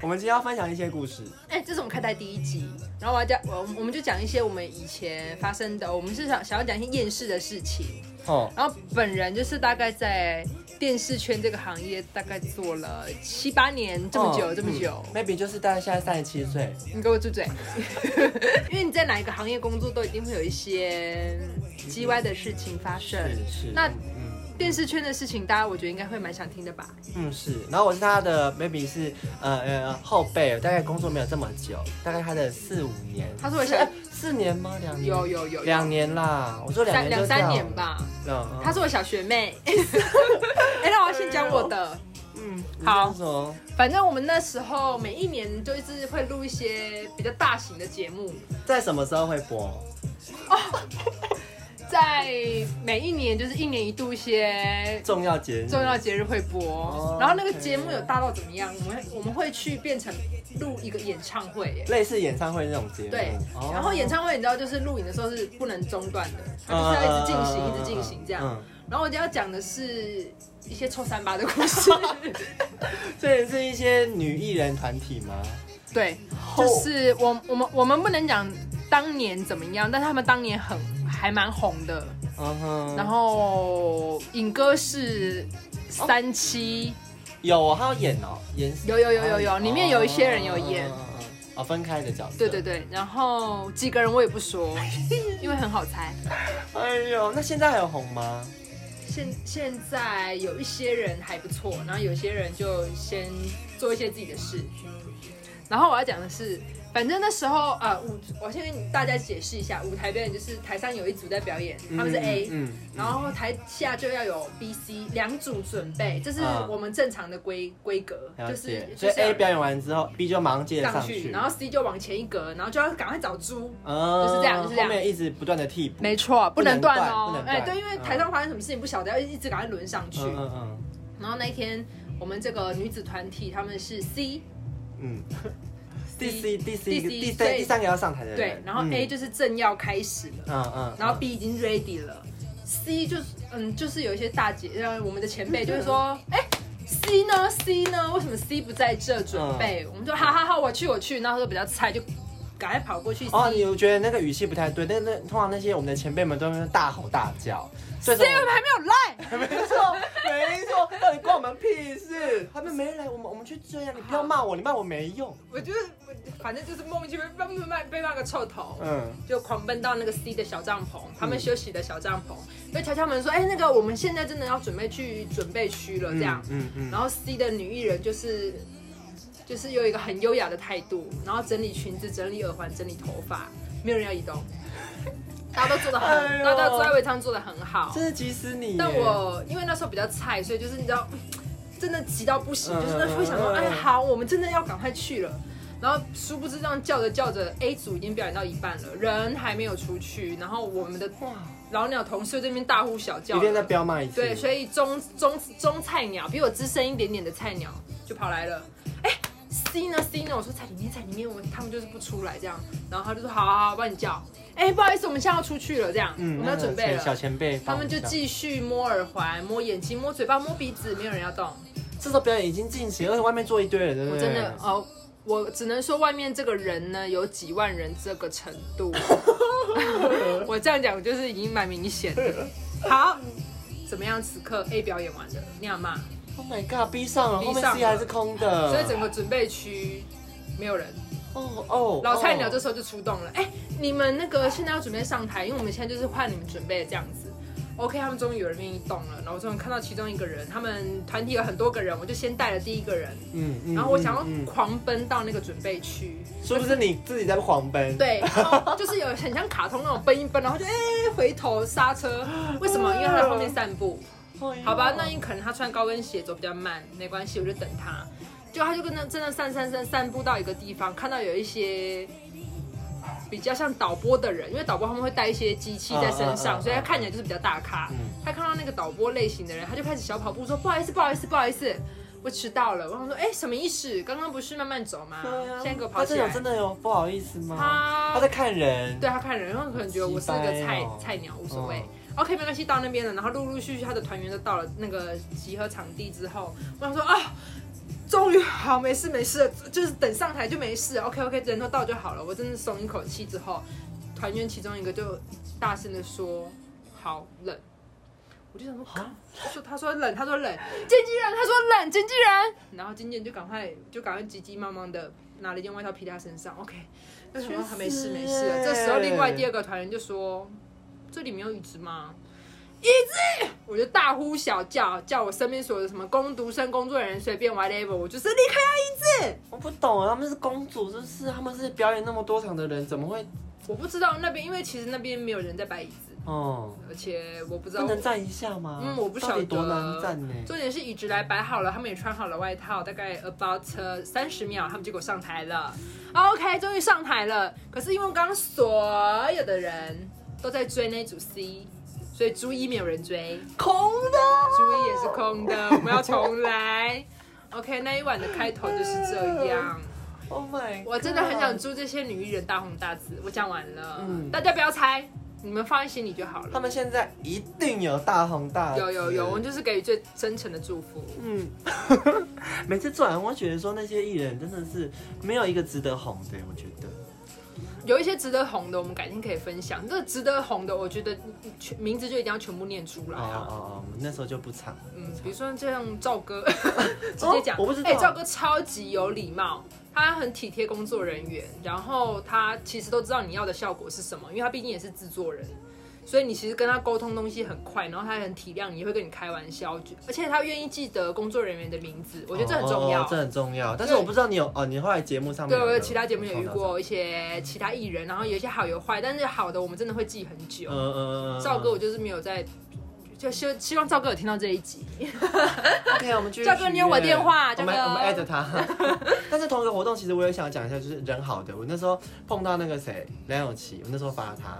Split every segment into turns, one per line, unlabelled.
今天要分享一些故事，
哎、这是我们开台第一集，然后我要讲，我我们就讲一些我们以前发生的，我们是想想要讲一些厌世的事情。
哦，
然后本人就是大概在电视圈这个行业大概做了七八年，这么久、
哦
这么久。
嗯，maybe 就是大概现在三十七岁，
你给我住嘴！ 因为你在哪一个行业工作，都一定会有一些叽歪的事情发生。
是是，
啊那
嗯
电视圈的事情，大家我觉得应该会蛮想听的吧？
嗯是，然后我是他的 maybe 是呃呃后辈，大概工作没有这么久，大概他的四五年，
他是我
是
小
哎四年吗？两年？
有有有
嗯
有
两年啦，我说两
三
年就这
两三
样
年，吧。
嗯，嗯
她是我小学 妹。哎、那我要先讲我的。
嗯，你
好
这样说
反正我们那时候每一年就是会录一些比较大型的节目，
在什么时候会播？
在每一年就是一年一度一些
重要节日，
重要节日会播。
哦
然后那个
OK
节目有大到怎么样？我们我们会去变成录一个演唱会耶。
类似演唱会那种节目，
对，
哦
然后演唱会你知道，就是录影的时候是不能中断的，它就是要一直进行，一直进行这样。
嗯
然后我就要讲的是一些臭三八的 故事，
所以是一些女艺人团体吗？
对，就是我我们我们不能讲当年怎么样，但他们当年很还蛮红的。
嗯哼，
然后尹哥是三期，
有哦，他有演哦，演
有有有有有，里面有一些人有演
哦，哦哦分开的角色，
对对。对。然后几个人我也不说，因为很好猜。
哎呦，那现在还有红吗？
现现在有一些人还不错，然后有些人就先做一些自己的事。然后我要讲的是，反正那时候呃舞，我先跟大家解释一下，舞台表演就是台上有一组在表演，他们是 A，、
嗯，
然后台下就要有 B、C 两组准备，这是
嗯
我们正常的规规格，
了
就是
解。
就
所以
是
A
要
表演完之后，B 就马上接着
上
上
去，然后 C 就往前一格，然后就要赶快找猪。
嗯
就是这样就是这样
后面一直不断的替补，
没错，不能断哦
不能。断
哎，对，因为台上发生什么事情不晓得，要一直赶快轮上去。
嗯嗯
然后那一天，我们这个女子团体他们是 C，
嗯嗯。第 C 第 C
第 C，
第
所
三
以
第三个要上台的人，
对，然后 A
就
就是正要开始了，
嗯嗯，
然后 B 已经 ready 了，C 就是嗯，就是有一些大姐，呃，我们的前辈就会说，
嗯
哎。C 呢？C 呢？为什么 C 不在这准备？
嗯
我们说好好好，我去我去。那时候比较菜，就赶快跑过去 C。
哦，你觉得那个语气不太对，但那通常那些我们的前辈们都是大吼大叫，所以说
，C 我们还没有来，
没错没错，到底关我们屁事？他们没来，我们我们去追啊！你不要骂我，你骂我没用。
我就是，我反正就是莫名其妙被骂被骂个臭头，
嗯，
就狂奔到那个 C 的小帐篷，他们休息的小帐篷，就敲敲门说，哎、那个我们现在真的要准备去准备区了，这样。
嗯嗯，
然后 C 的女艺人就是就是有一个很优雅的态度，然后整理裙子、整理耳环、整理头发，没有人要移动，大家都做的很，
哎呦
大家都坐在位上做的很好。
真是急死你耶。
但我因为那时候比较菜，所以就是你知道，真的急到不行，
嗯
就是那会想说，
嗯嗯
哎，好，我们真的要赶快去了。然后殊不知这样叫着叫着，A 组已经表演到一半了，人还没有出去，然后我们的
哇，
老鸟同事这边大呼小叫
一
了，
定在彪骂一次。
对，所
以
以中中中菜鸟比我资深一点点的菜鸟就跑来了，哎、c 呢 C 呢，我说在里面在里面，我他们就是不出来这样，然后他就说好好好，我帮你叫，哎、不好意思，我们现在要出去了这样，我们要准备
嗯
了，
小前辈
他
帮我
们
们
就
讲，
继续摸耳环、摸眼睛、摸嘴巴、摸鼻子，没有人要动。
这时候表演已经进行，而且外面坐一堆人，对不
我
对？
真的哦，我只能说外面这个人呢，有几万人这个程度。我这样讲就是已经蛮明显的。好，怎么样？此刻 A 表演完了，那样骂，
，Oh my god，逼上了，
逼
后面
上了
C 还是空的。
所以整个准备区没有人。
哦哦，
老菜鸟这
是
时候就出动了，哎、你们那个现在要准备上台，因为我们现在就是换你们准备这样子。OK，他们终于有人愿意动了，然后我终于看到其中一个人，他们团体有很多个人，我就先带了第一个人，
嗯嗯
然后我想要
嗯嗯
狂奔到那个准备区，
是不是你自己在狂奔？，
对，然后就是有很像卡通那种奔一奔，然后就哎、回头刹车，为什么？因为他在后面散步。
哎
好吧，那你可能他穿高跟鞋走比较慢，没关系，我就等他。就他就跟那真的散散散散步到一个地方，看到有一些比较像导播的人，因为导播他们会带一些机器在身
嗯嗯嗯
上，
嗯
所以他看起来就是比较大咖。
嗯
他看到那个导播类型的人，他就开始小跑步说：“不好意思，不好意思，不好意思，我迟到了。”我想说：“哎、什么意思？刚刚不是慢慢走吗？
对啊，
现在给我跑
他
起
真
来
的！”真的有不好意思吗？
他
他在看人。
对他看人，然后可能觉得我是个菜、
鸡掰哦
菜鸟，无所谓。
嗯
OK，没关系，到那边了，然后陆陆续续他的团员都到了那个集合场地之后，我想说啊，终于好没事没事了，就是等上台就没事，OK OK，人都到就好了。我真的松一口气之后，团员其中一个就大声的说：“好冷。”我就想说，靠他说他说冷，他说冷， 经纪人他说冷，经纪人。然后经纪人就赶快就赶快急急忙忙的拿了一件外套披在他身上，OK。那什么他没事没事了。这时候另外第二个团员就说：“这里没有椅子吗？”我就大呼小叫，叫我身边所有的什么工读生、工作人员随便 whatever，我就是离开他椅子。
我不懂，啊他们是公主，就是他们是表演那么多场的人，怎么会？
我不知道那边，因为其实那边没有人在摆椅子，
哦、
而且我不知道
不能站一下吗？
嗯，我不晓
到
得
底多难站呢、
重点是椅子来摆好了，他们也穿好了外套，大概 about 呃三十秒，他们就给我上台了。OK，终于上台了。可是因为我刚刚所有的人都在追那组 C，所以朱一没有人追，
空的，
朱一也是空的，我们要重来。OK，那一晚的开头就是这样。
，Oh my，
我真的很想
做。
祝这些女艺人大红大紫。我讲完了，
嗯
大家不要猜，你们放在心里就好
他
了。
们现在一定有大红大紫
有有有，我们就是给予最真诚的祝福。
嗯， 每次做完，我觉得说那些艺人真的是没有一个值得红的，我觉得。
有一些值得红的，我们改天可以分享。这值得红的，我觉得全名字就一定要全部念出
哦
来
哦
啊。
哦，我们那时候就不唱。
嗯，比如说像赵哥， 直接
哦
讲，
我不知道
哎、赵哥超级有礼貌，他很体贴工作人员，然后他其实都知道你要的效果是什么，因为他毕竟也是制作人，所以你其实跟他沟通东西很快，然后他也很体谅你，也会跟你开玩笑，就而且他愿意记得工作人员的名字，我觉得这很重要。
哦哦这很重要。但是我不知道你有哦，你后来节目上面
对，
有
我
没
有
有
其他节目也遇。过一些其他艺人，然后有一些好有坏，但是好的我们真的会记很久。
嗯嗯嗯嗯，
赵哥，我就是没有在，就希希望赵哥有听到这一集。
OK，我们继续
赵哥你有我电话
我们
赵哥
我们艾特 他。但是同一个活动，其实我也想讲一下，就是人好的。我那时候碰到那个谁梁咏琪，我那时候发他，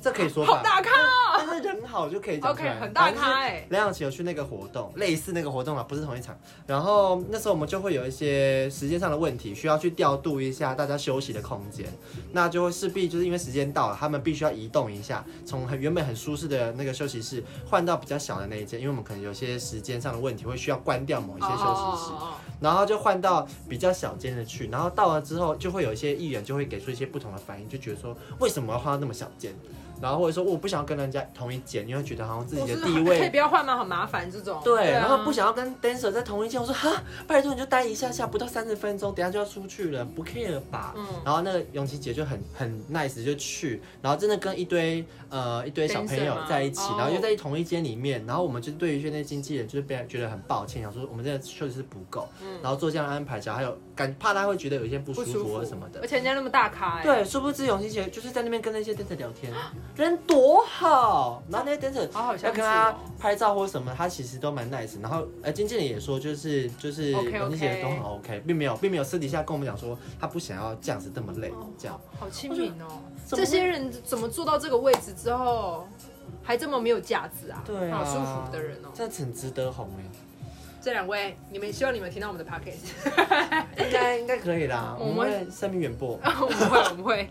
这可以说
哎好
吧？
大咖哦
但是人好就可以讲出
，OK，
来
很大
反正就是
咖哎，
梁咏琪有去那个活动，类似那个活动啊，不是同一场。然后那时候我们就会有一些时间上的问题，需要去调度一下大家休息的空间。那就会势必就是因为时间到了，他们必须要移动一下，从很原本很舒适的那个休息室换到比较小的那一间，因为我们可能有些时间上的问题会需要关掉某一些休息室，
哦哦哦哦
然后就换到比较小间的去。然后到了之后，就会有一些艺人就会给出一些不同的反应，就觉得说为什么要换到那么小间？然后或者说我不想要跟人家同一间，因为觉得好像自己的
我是
地
可以
位
不要换吗？很麻烦这种。
对，
啊
然后不想要跟 dancer 在同一间，我说哈，拜托你就待一下下，不到三十分钟，等一下就要出去了，不 care 吧？
嗯
然后那个永琪姐就很很 nice 就去，然后真的跟一堆呃一堆小朋
Dancer
友
吗
在一起
哦，
然后又在同一间里面，然后我们就对于那些经纪人就是被觉得很抱歉，想说我们真的确实是不够，
嗯
然后做这样的安排，然后还有感怕他会觉得有一些不舒
不舒
服
服
或什么的
而。且人家那么大咖哎，，
对，殊不知永琪姐就是在那边跟那些 dancer 聊天，
啊
人多好，然后那些 dancer
好好
要
相处
跟他
哦。
拍照或什么，他其实都蛮 nice。然后，呃，经纪人也说，就是就是
OK，OK
有那些人都很 OK，并没有并没有私底下跟我们讲说他不想要这样子这么累
哦
这样。
好亲民哦，
怎么会
这些人怎么做到这个位置之后，还这么没有价值啊？
对啊，
好舒服的人哦。
这很值得欸红
这两位，你们希望你们听到我们的 podcast。
哎，应该应该可以 啦，我
我
们
们
会声名远播。
哦我们会，我们会，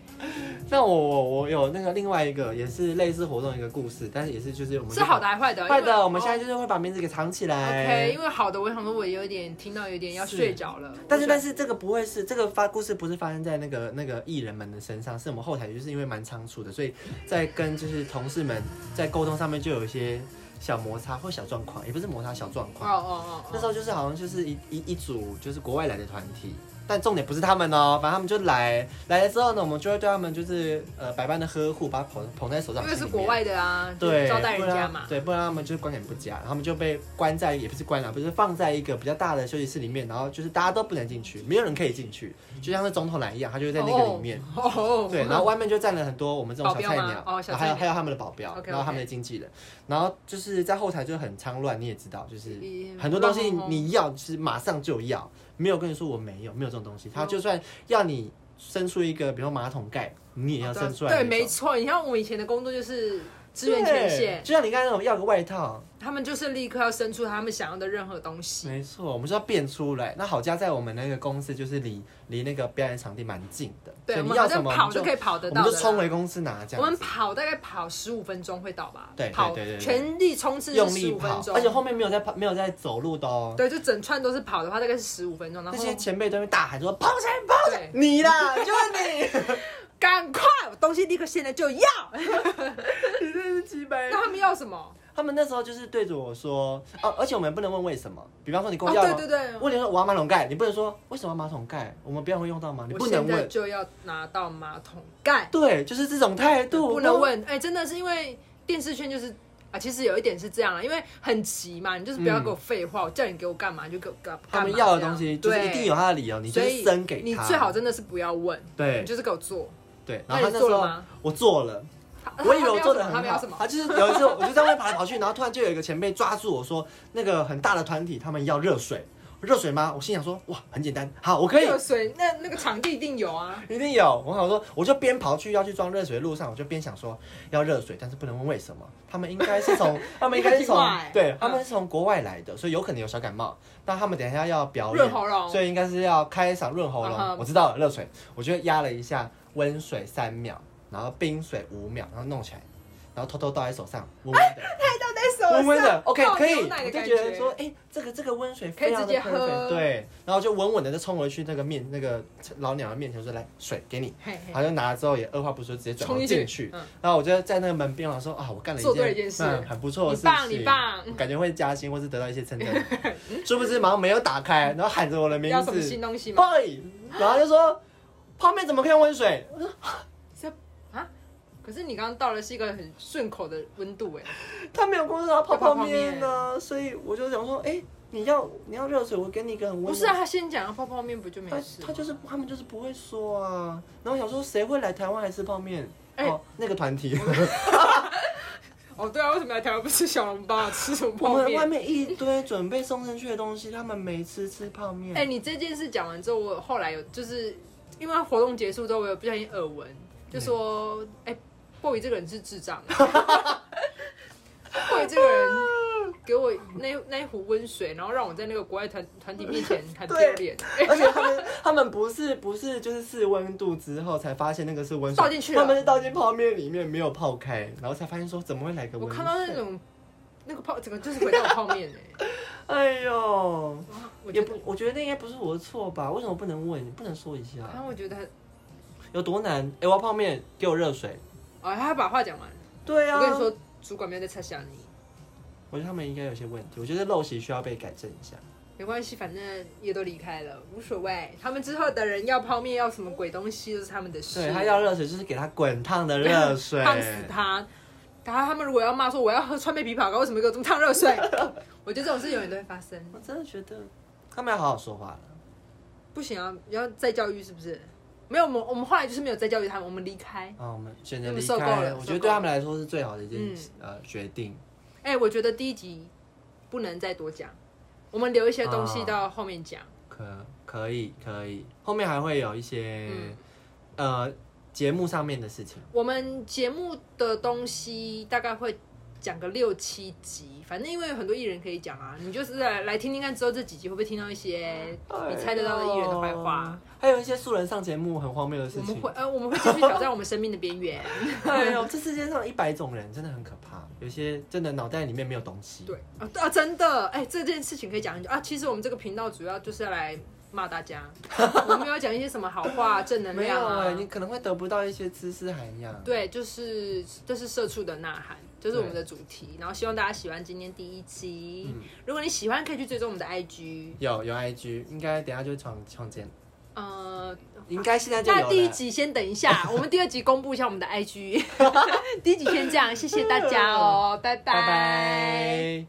那我我我有那个另外一个也是类似活动一个故事，但是也是 就是我们
是好的还是坏的？
坏
因为
的，我们现在就是会把名字给藏起
OK，
来
因。为好的，我想说，我有点听到有点要睡着了。
但是
我
但是这个不会是这个发故事不是发生在那个那个艺人们的身上，是我们后台就是因为蛮仓促的，所以在跟就是同事们在沟通上面就有一些小摩擦或小状况，也不是摩擦小状
想
况。
哦哦哦，
那时候就是好像就是一一一组就是国外来的团体，但重点不是他们哦，反正他们就来来了之后呢，我们就会对他们就是呃百般的呵护，把他捧捧在手掌
因
心里面。
为是国外的啊，就
对，
招待人
不
家
然
嘛。
对，不啊然他们就是观感不佳，然后他们就被关在，也不是关了，不是放在一个比较大的休息室里面，然后就是大家都不能进去，没有人可以进去，就像是总统来一样，他就会在那个里面。
哦，哦
对，然后外面就站了很多我们这种小菜
保镖
鸟
吗，哦小
然后还
菜
有
鸟
还有他们的保镖
OK，OK
然后他们的经纪人，然后就是在后台就很仓乱，你也知道，就是
嗯
啊很多东西
乱哄哄
你要就是马上就要，没有跟你说我没有，没有这种东西，
哦
他就算要你伸出一个，比如说马桶盖，你也要伸出来那
对，
种。
没错。你看我们以前的工作就是支援前线，
就像你刚才那种要个外套，
他们就是立刻要生出他们想要的任何东西。
没错，我们就要变出来。那好家在我们那个公司就是离离那个表演场地蛮近的，
对，
所
我
以你
们
要
好
什
像
么
跑
我们就
就可以跑得
我
到
们
的
就
啦。
冲回公司拿这
我
样
们
子。
跑大概跑十五分钟会到吧？
对对
跑
对对对
全力冲刺
用
是十
力
五分
跑，
钟，
而且后面没有在跑，没有在走路的哦。
对，就整串都是跑的话，大概是十五分钟。然
那
后
些前辈都会大喊说：“跑起来，跑起来！”
对
你啦， 就是
赶快，我东西立刻现在就要。
你，你真是鸡掰
那他们要什么？
他们那时候就是对着我说：“哦，而且我们不能问为什么，比方说你跟
哦，
我要，
对对对，
问你说我要马桶盖，你不能说为什么要马桶盖，我们不要会用到吗？你不
我
能
现在
问，
就要拿到马桶盖，
对，就是这种态度，
不能。问。哎，真的是因为电视圈就是。啊，其实有一点是这样啊，因为很急嘛，你就是不要给我废话，我叫你给我干嘛你就给我干
嗯他
干嘛。
们要的东西
这
就
样
是一定有，他的理由，你
对
就是
所以
生给他，
你最好真的是不要问，
对
你就是给我做。
对。
那
然后他
你
那
做
时
了
候
吗
我做了，
他
我以为我做的
他
很
们要
好
什么，？
他就是有一次我就在外面跑来跑去，然后突然就有一个前辈抓住我说，那个很大的团体他们要热水，热水吗？我心想说哇，很简单，好，我可以
热。水，那那个场地一定有啊。
一定有，我想说，我就边跑去要去装热水的路上，我就边想说要热水，但是不能问为什么。他们应该是 从，他们应该是从
你很奇怪，
对
嗯
他们是从国外来的，所以有可能有小感冒。但他们等一下要表演
润，喉咙
所以应该是要开嗓润喉
哦嗯
咙。
哼
我知道了，热水，我就压了一下温水三秒，然后冰水五秒，然后弄起来，然后偷偷倒在手上，温温的，
拍到啊在手
温温的，OK
倒
可以，
牛
我
奶的
就
感
觉得说，
觉
哎，这个这个温水
可以
非常的
直接喝
perfect，对，然后就稳稳的就冲回去那个面那个老鸟的面前说，来水给你。
嘿嘿
他就拿了之后也二话不说直接转头
冲进
进
去
去
嗯，
然后我就在那个门边我说啊，我干了一
做对了一
件
件事
嗯很不错的事
你
情，
棒你棒
我感觉会加薪或是得到一些称赞。 殊不知马上没有打开，然后喊着我的名
要什么
字
新东西吗？
，boy，然后就说泡面怎么可以用温 水？
可是你刚刚倒的是一个很顺口的温度哎，
他没有工作，他泡
要泡
泡
泡
面
面
呢，所以我就想说，哎，你要你要热水，我给你一个很温
不
暖。
是啊，他先讲泡泡面不就没
他
事？
他就是他们就是不会说啊，然后我想说谁会来台湾还吃泡面？
哎
哦，那个团体。
哦对啊，为什么来台湾不吃小笼包啊，吃什么
我
泡
们外
面？
面一堆准备送进去的东西，他们没吃，吃泡面。
哎，你这件事讲完之后，我后来有就是因为活动结束之后，我有不小心耳闻，就说哎，boy 这个人是智障，boy 这个人。给我那那一壶温水，然后让我在那个国外团团体面前很丢 脸，
而且他们他们不是不是就是试温度之后才发现那个是温水，
倒进去了
他们是倒进泡面里面没有泡开，然后才发现说怎么会来个
我
温水？
看到那，种那个泡，整个就是回到泡面 哎、
哎呦，
哇
也
我觉得，
不，我觉得那应该不是我的错吧？为什么不能问？不能说一下
然后我觉得，
有多难？哎、我要泡面，给我热水。
哦，他把话讲完。
对啊，
我跟你，说，主管没有在拆小你，
我觉得他们应该有些问题，我觉得陋习需要被改正一下。
没关系，反正也都离开了，无所谓。他们之后的人要泡面要什么鬼东西都是他们的事。
对他要热水，就是给他滚烫 的热水，
烫死他。然后他们如果要骂说我要喝川贝枇杷膏，为什么给我这么烫热 水？我觉得这种事永远都会发生。
我真的觉得他们要好好说话了。
不行啊，要再教育是不是？没有，我们我们后来就是没有再教育他们，我们离开。
啊，我们选择
我
离
们受够
开，
了
我
受
觉得
够
对他
了
们来说是最好的一件、
嗯
呃决定。
哎、我觉得第一集不能再多讲，我们留一些东
啊
西到后面讲。
可可以可以，后面还会有一些、
嗯
呃节目上面的事情。
我们节目的东西大概会讲个六七集，反正因为有很多艺人可以讲啊，你就是来来听听看之后这几集会不会听到一些
哎
你猜得到的艺人的坏话。
哎呦，还有一些素人上节目很荒谬的
我
事
们
情
会。呃，我们会继续挑战我们生命的边缘。
哎呦，这世界上一百种人真的很可怕，有些真的脑袋里面没有东西。
对啊，对啊，真的，哎、这件事情可以讲很久啊。其实我们这个频道主要就是要来骂 大家，我们没有讲一些什么好话、正能
没有
量啊。
哎、你可能会得不到一些知识涵养。
对，就是这是社畜的呐喊，就是我们的主题。然后希望大家喜欢今天第一集。
嗯
如果你喜欢，可以去追踪我们的 IG。
有有 IG，应该等一下就会创创建，
呃，
应该现在就有
那
了。
第一集先等一下，我们第二集公布一下我们的 IG。第一集先这样，谢谢大家哦，拜
拜
拜
拜。